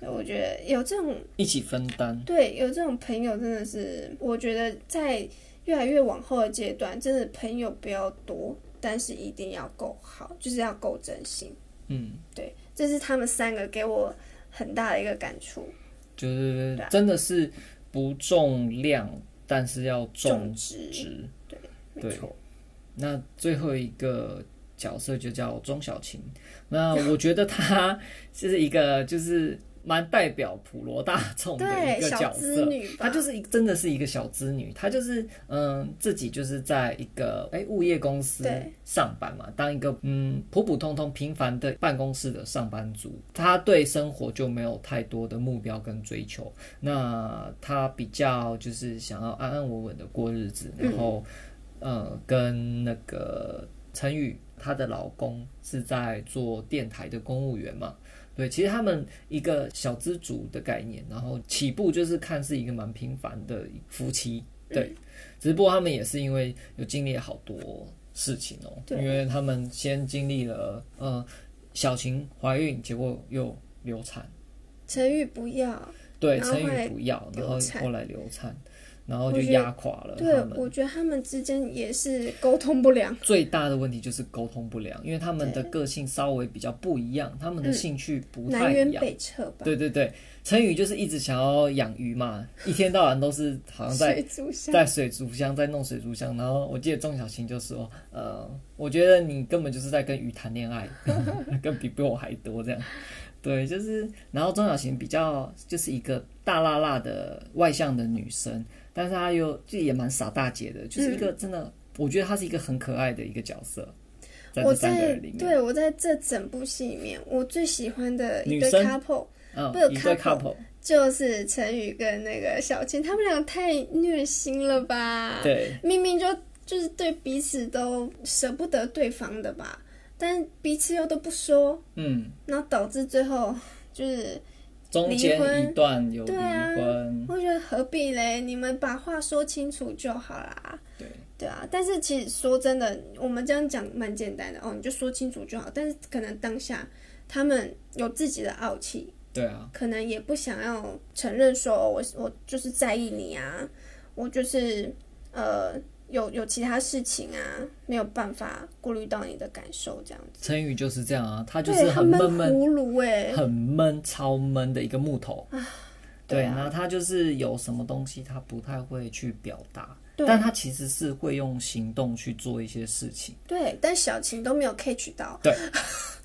[SPEAKER 2] 所以我觉得有这种
[SPEAKER 1] 一起分担，
[SPEAKER 2] 对，有这种朋友真的是，我觉得在越来越往后的阶段，真的朋友不要多，但是一定要够好，就是要够真心。
[SPEAKER 1] 嗯，
[SPEAKER 2] 对，这是他们三个给我很大的一个感触。
[SPEAKER 1] 就是
[SPEAKER 2] 啊
[SPEAKER 1] 真的是不重量，但是要重
[SPEAKER 2] 重质
[SPEAKER 1] 质。
[SPEAKER 2] 没
[SPEAKER 1] 嗯对
[SPEAKER 2] 错，
[SPEAKER 1] 那最后一个角色就叫钟小琴。 那我觉得她 是一个就是蛮代表普罗大众的一
[SPEAKER 2] 对，
[SPEAKER 1] 个
[SPEAKER 2] 小
[SPEAKER 1] 角
[SPEAKER 2] 资
[SPEAKER 1] 色。
[SPEAKER 2] 女吧，
[SPEAKER 1] 她就是一真的是一个小资女，她就是嗯自己就是在一个哎、物业公司
[SPEAKER 2] 对
[SPEAKER 1] 上班嘛，当一个嗯普普通通平凡的办公室的上班族，她对生活就没有太多的目标跟追求，那她比较就是想要安安稳稳的过日子，然后、呃跟那个陈宇她的老公是在做电台的公务员嘛，对，其实他们一个小资族的概念，然后起步就是看似一个蛮平凡的夫妻，对，只不过他们也是因为有经历好多事情哦，
[SPEAKER 2] 对
[SPEAKER 1] 因为他们先经历了呃小晴怀孕，结果又流产，
[SPEAKER 2] 陈玉不要。
[SPEAKER 1] 对，
[SPEAKER 2] 然后
[SPEAKER 1] 陈
[SPEAKER 2] 后
[SPEAKER 1] 宇
[SPEAKER 2] 来
[SPEAKER 1] 不要，然后
[SPEAKER 2] 流产
[SPEAKER 1] 后来流产，然后就
[SPEAKER 2] 我觉得
[SPEAKER 1] 压垮了
[SPEAKER 2] 对
[SPEAKER 1] 他，们。
[SPEAKER 2] 我觉得他们之间也是沟通不良。
[SPEAKER 1] 最大的问题就是沟通不良，因为他们的个性稍微比较不一样，他们的兴趣不太
[SPEAKER 2] 嗯南
[SPEAKER 1] 一
[SPEAKER 2] 辕
[SPEAKER 1] 样。
[SPEAKER 2] 北辙吧，
[SPEAKER 1] 对对对，陈宇就是一直想要养鱼嘛，一天到晚都是好像在
[SPEAKER 2] 水族箱
[SPEAKER 1] 在水族箱在弄水族箱，然后我记得钟小琴就说，呃，我觉得你根本就是在跟鱼谈恋爱， 跟比比我还多这样。对，就是，然后钟小琴比较就是一个大辣辣的外向的女生，但是她又就也蛮傻大姐的，就是一
[SPEAKER 2] 嗯
[SPEAKER 1] 个真的，我觉得她是一个很可爱的一个角色，在
[SPEAKER 2] 我
[SPEAKER 1] 这三个
[SPEAKER 2] 在
[SPEAKER 1] 人里面，
[SPEAKER 2] 对我在这整部戏里面，我最喜欢的一
[SPEAKER 1] 女
[SPEAKER 2] 对
[SPEAKER 1] 生
[SPEAKER 2] couple
[SPEAKER 1] 嗯
[SPEAKER 2] 不是，有
[SPEAKER 1] 一对
[SPEAKER 2] couple
[SPEAKER 1] couple，
[SPEAKER 2] 就是陈宇跟那个小倩，他们俩太虐心了吧？，
[SPEAKER 1] 对
[SPEAKER 2] 明明就就是对彼此都舍不得对方的吧，但彼此又都不说，
[SPEAKER 1] 嗯。
[SPEAKER 2] 然后导致最后就是，
[SPEAKER 1] 中间一段有离
[SPEAKER 2] 离啊婚
[SPEAKER 1] 婚，
[SPEAKER 2] 我觉得何必嘞？你们把话说清楚就好啦。
[SPEAKER 1] 对
[SPEAKER 2] 对啊，但是其实说真的，我们这样讲蛮简单的哦，你就说清楚就好。但是可能当下他们有自己的傲气，
[SPEAKER 1] 对啊，
[SPEAKER 2] 可能也不想要承认说，哦我我就是在意你啊，我就是呃有有其他事情啊，没有办法顾虑到你的感受这样子。
[SPEAKER 1] 陈宇就是这样啊，他就
[SPEAKER 2] 对，
[SPEAKER 1] 是
[SPEAKER 2] 他
[SPEAKER 1] 很闷
[SPEAKER 2] 闷
[SPEAKER 1] 闷、
[SPEAKER 2] 葫芦哎、
[SPEAKER 1] 很闷、超闷的一个木头。对，
[SPEAKER 2] 对啊
[SPEAKER 1] 然后他就是有什么东西他不太会去表达，
[SPEAKER 2] 对
[SPEAKER 1] 但他其实是会用行动去做一些事情。
[SPEAKER 2] 对，但小晴都没有 catch 到，
[SPEAKER 1] 对，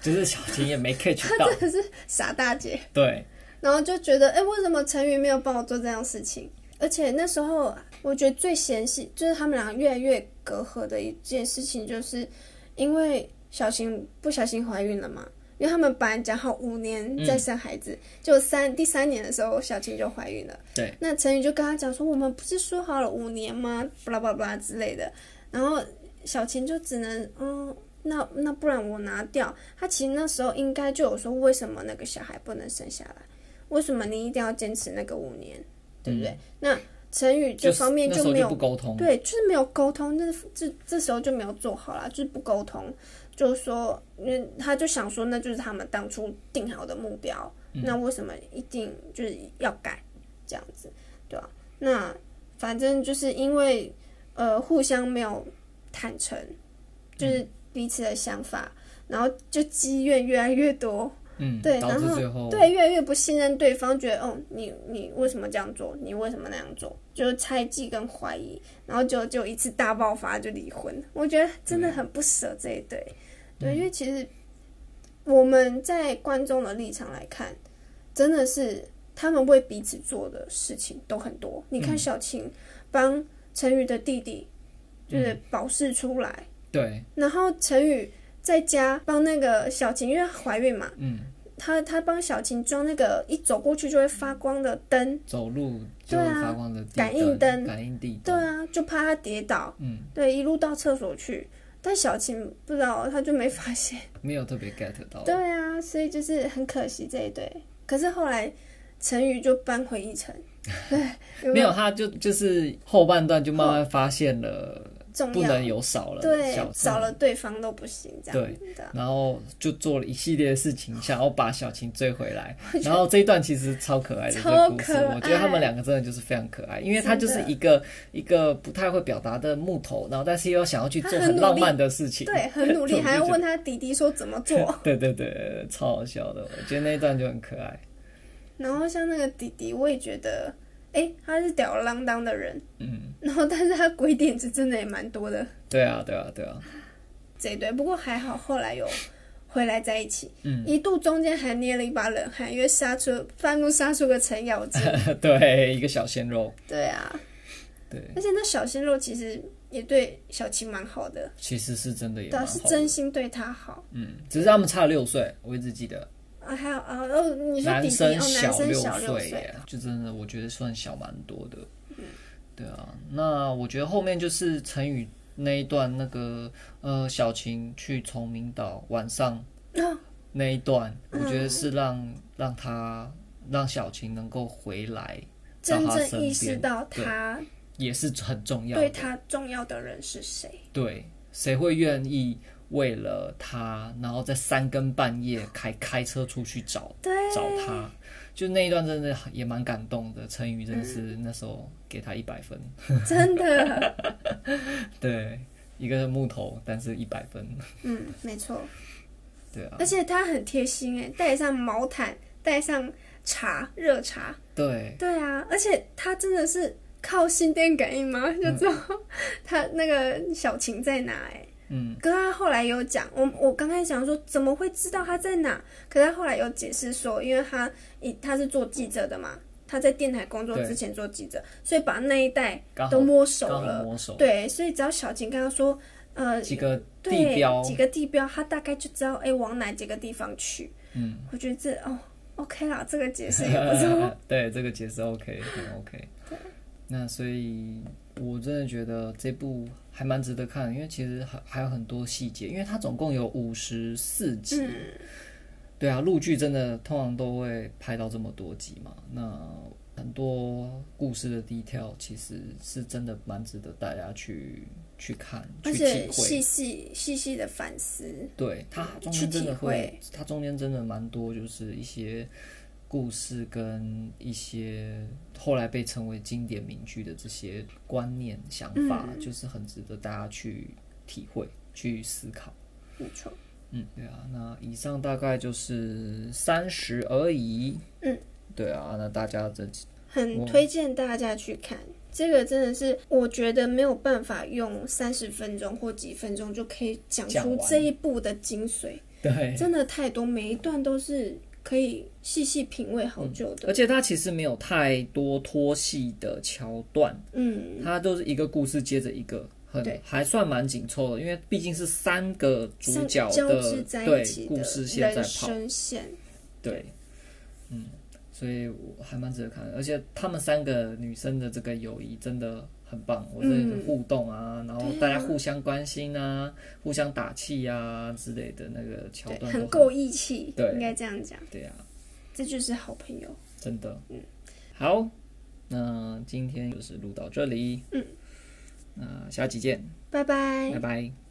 [SPEAKER 1] 就是小琴也没 catch 到。
[SPEAKER 2] 可是傻大姐，
[SPEAKER 1] 对，
[SPEAKER 2] 然后就觉得，哎、为什么陈宇没有帮我做这样的事情？而且那时候我觉得最嫌弃，就是他们俩越来越隔阂的一件事情，就是因为小晴不小心怀孕了嘛，因为他们本来讲好五年再生孩子，就三第三年的时候小青就怀孕了。
[SPEAKER 1] 对，
[SPEAKER 2] 那陈宇就跟他讲说，我们不是说好了五年吗？巴拉巴拉之类的。然后小青就只能，嗯，那那不然我拿掉。他其实那时候应该就有说，为什么那个小孩不能生下来？为什么你一定要坚持那个五年？对不对？那陈宇
[SPEAKER 1] 嗯
[SPEAKER 2] 这
[SPEAKER 1] 就
[SPEAKER 2] 方面
[SPEAKER 1] 那时候
[SPEAKER 2] 没有
[SPEAKER 1] 不沟通，
[SPEAKER 2] 对，就是没有沟通，那这这时候就没有做好啦，就是不沟通，就是说，因为他就想说，那就是他们当初定好的目标，
[SPEAKER 1] 嗯
[SPEAKER 2] 那为什么一定就是要改这样子，对吧、那反正就是因为呃互相没有坦诚，
[SPEAKER 1] 嗯
[SPEAKER 2] 就是彼此的想法，然后就积怨越来越多，
[SPEAKER 1] 嗯，
[SPEAKER 2] 对
[SPEAKER 1] 导
[SPEAKER 2] 然
[SPEAKER 1] 致
[SPEAKER 2] 后
[SPEAKER 1] 最后
[SPEAKER 2] 对，越来越不信任对方，觉得哦，你你为什么这样做？你为什么那样做？就是猜忌跟怀疑，然后就就一次大爆发就离婚。我觉得真的很不舍这一对，对，因为其实我们在观众的立场来看，真的是他们为彼此做的事情都很多。你看小青帮陈宇的弟弟就是保释出来，
[SPEAKER 1] 对
[SPEAKER 2] 然后陈宇在家帮那个小晴，因为她怀孕嘛，
[SPEAKER 1] 嗯，
[SPEAKER 2] 他他帮小晴装那个一走过去就会发光的灯，
[SPEAKER 1] 走路就
[SPEAKER 2] 对
[SPEAKER 1] 会
[SPEAKER 2] 啊
[SPEAKER 1] 发光的地
[SPEAKER 2] 感应灯
[SPEAKER 1] 感应地
[SPEAKER 2] 对
[SPEAKER 1] 灯，
[SPEAKER 2] 啊，就怕她跌倒，
[SPEAKER 1] 嗯，
[SPEAKER 2] 对，一路到厕所去，但小晴不知道，她就没发现，
[SPEAKER 1] 没有特别 get 到，
[SPEAKER 2] 对啊，所以就是很可惜这一对。可是后来陈宇就搬回 一城，对，
[SPEAKER 1] 没有，他就就是后半段就慢慢发现了
[SPEAKER 2] 重
[SPEAKER 1] 不
[SPEAKER 2] 嗯要
[SPEAKER 1] 能，有少了
[SPEAKER 2] 对
[SPEAKER 1] 小，智
[SPEAKER 2] 少了对方都不行，这样
[SPEAKER 1] 对
[SPEAKER 2] 子的，
[SPEAKER 1] 然后就做了一系列的事情，想要把小琴追回 来。然后这一段其实超可爱的这个故事
[SPEAKER 2] 超可，爱
[SPEAKER 1] 我觉得他们两个真的就是非常可爱，因为他就是一个一个不太会表达的木头，然后但是又想要去做
[SPEAKER 2] 他很
[SPEAKER 1] 很
[SPEAKER 2] 努力
[SPEAKER 1] 浪漫的事情。
[SPEAKER 2] 对，很努
[SPEAKER 1] 我
[SPEAKER 2] 力，
[SPEAKER 1] 就
[SPEAKER 2] 还要
[SPEAKER 1] 觉得
[SPEAKER 2] 问他弟弟说怎么 做。
[SPEAKER 1] 对对对，超好笑的，我觉得那一段就很可爱。
[SPEAKER 2] 然后像那个弟弟，我也觉得，哎，他是吊儿郎当的人，
[SPEAKER 1] 嗯，
[SPEAKER 2] 然后但是他鬼点子真的也蛮多的
[SPEAKER 1] 对啊，对啊，对啊，
[SPEAKER 2] 这一对，不过还好后来有回来在一起，
[SPEAKER 1] 嗯，
[SPEAKER 2] 一度中间还捏了一把冷汗，因为杀出半路杀出个程咬 金，
[SPEAKER 1] 对，一个小鲜肉，
[SPEAKER 2] 对啊，
[SPEAKER 1] 对，
[SPEAKER 2] 而且那小鲜肉其实也对小青蛮好的，
[SPEAKER 1] 其实是真的也
[SPEAKER 2] 对、啊，
[SPEAKER 1] 蛮
[SPEAKER 2] 是
[SPEAKER 1] 好
[SPEAKER 2] 真
[SPEAKER 1] 的，
[SPEAKER 2] 心对他好
[SPEAKER 1] 嗯，只是他们差六岁，我一直记得
[SPEAKER 2] 啊，还有啊，哦，你说弟
[SPEAKER 1] 男
[SPEAKER 2] 弟
[SPEAKER 1] 生
[SPEAKER 2] 哦，男
[SPEAKER 1] 小
[SPEAKER 2] 生
[SPEAKER 1] 六
[SPEAKER 2] 小六
[SPEAKER 1] 岁
[SPEAKER 2] 岁，嗯
[SPEAKER 1] 耶，就真的我觉得算小蛮多的。对啊，那我觉得后面就是成语那一段，那个呃小晴去崇明岛晚上
[SPEAKER 2] 哦
[SPEAKER 1] 那一段，
[SPEAKER 2] 嗯
[SPEAKER 1] 我觉得是让让他让小晴能够回来到
[SPEAKER 2] 真
[SPEAKER 1] 他身
[SPEAKER 2] 正意识
[SPEAKER 1] 边，
[SPEAKER 2] 到他
[SPEAKER 1] 也是很重要
[SPEAKER 2] 对
[SPEAKER 1] 的。
[SPEAKER 2] 他重要的人是谁，
[SPEAKER 1] 对，谁会愿意为了他，然后在三更半夜开开车出去找
[SPEAKER 2] 对，
[SPEAKER 1] 找
[SPEAKER 2] 嗯
[SPEAKER 1] 他？就那一段真的也蛮感动的，陈宇真的
[SPEAKER 2] 嗯
[SPEAKER 1] 是那时候给他一百分，
[SPEAKER 2] 真的。
[SPEAKER 1] 对，一个木头，但是一百分，
[SPEAKER 2] 嗯，没错，
[SPEAKER 1] 对啊，
[SPEAKER 2] 而且他很贴心哎，带上毛毯，带上茶，热茶，
[SPEAKER 1] 对，
[SPEAKER 2] 对啊，而且他真的是靠心电感应
[SPEAKER 1] 嗯
[SPEAKER 2] 吗？就知道他那个小琴在哪哎。
[SPEAKER 1] 嗯，
[SPEAKER 2] 可他后来有讲，我我刚开始想说怎么会知道他在哪，可他后来有解释说，因为他以他是做记者的嘛，他在电台工作
[SPEAKER 1] 对
[SPEAKER 2] 之前做记者，所以把那一带
[SPEAKER 1] 刚好
[SPEAKER 2] 都摸熟
[SPEAKER 1] 刚好
[SPEAKER 2] 了，
[SPEAKER 1] 摸手，
[SPEAKER 2] 对，所以只要小琴跟他说，呃，
[SPEAKER 1] 几个
[SPEAKER 2] 对，
[SPEAKER 1] 地标，
[SPEAKER 2] 几个地标，他大概就知道哎、往哪几个地方去。
[SPEAKER 1] 嗯，
[SPEAKER 2] 我觉得这哦，OK 啦，这个解 释也不错。
[SPEAKER 1] 对，这个解释 OK，很 OK。那所以，我真的觉得这部还蛮值得看，因为其实还还有很多细节，因为它总共有五十四集。
[SPEAKER 2] 嗯
[SPEAKER 1] 对啊，陆剧真的通常都会拍到这么多集嘛，那很多故事的 detail 其实是真的蛮值得大家去去看、去
[SPEAKER 2] 而
[SPEAKER 1] 体
[SPEAKER 2] 且
[SPEAKER 1] 会。
[SPEAKER 2] 细细细细的反思，
[SPEAKER 1] 对，它中
[SPEAKER 2] 去
[SPEAKER 1] 间真
[SPEAKER 2] 体
[SPEAKER 1] 的会
[SPEAKER 2] 会，
[SPEAKER 1] 它中间真的蛮多，就是一些故事跟一些后来被成为经典名句的这些观念、想法，
[SPEAKER 2] 嗯
[SPEAKER 1] 就是很值得大家去体会、去思考。
[SPEAKER 2] 没错。
[SPEAKER 1] 嗯，对啊，那以上大概就是三十而已。
[SPEAKER 2] 嗯，
[SPEAKER 1] 对啊，那大家这
[SPEAKER 2] 很推荐大家去看。这个真的是，我觉得没有办法用三十分钟或几分钟就可以讲
[SPEAKER 1] 讲
[SPEAKER 2] 出
[SPEAKER 1] 完哎
[SPEAKER 2] 这一部的精髓，
[SPEAKER 1] 对，
[SPEAKER 2] 真的太多，每一段都是可以细细品味好久的。
[SPEAKER 1] 而且它其实没有太多拖戏的桥段，
[SPEAKER 2] 嗯，
[SPEAKER 1] 它都是一个故事接着一个，很
[SPEAKER 2] 对
[SPEAKER 1] 还算蛮紧凑的，因为毕竟是三个主
[SPEAKER 2] 像
[SPEAKER 1] 角
[SPEAKER 2] 交
[SPEAKER 1] 的
[SPEAKER 2] 织在一
[SPEAKER 1] 对
[SPEAKER 2] 起
[SPEAKER 1] 故
[SPEAKER 2] 的
[SPEAKER 1] 事线在
[SPEAKER 2] 人
[SPEAKER 1] 跑，
[SPEAKER 2] 生线，
[SPEAKER 1] 对，嗯，所以我还蛮值得看的。而且她们三个女生的这个友谊真的很棒，我真的是
[SPEAKER 2] 嗯
[SPEAKER 1] 互动啊，然后
[SPEAKER 2] 对啊
[SPEAKER 1] 大家互相关心啊，互相打气啊之类的那个桥
[SPEAKER 2] 对，
[SPEAKER 1] 段都
[SPEAKER 2] 很够义气，
[SPEAKER 1] 对
[SPEAKER 2] 应该这样讲，
[SPEAKER 1] 对啊，
[SPEAKER 2] 这就是好朋友。
[SPEAKER 1] 真的。好，那今天就是录到这里，
[SPEAKER 2] 嗯，
[SPEAKER 1] 那下期见，
[SPEAKER 2] 拜拜
[SPEAKER 1] 拜。拜。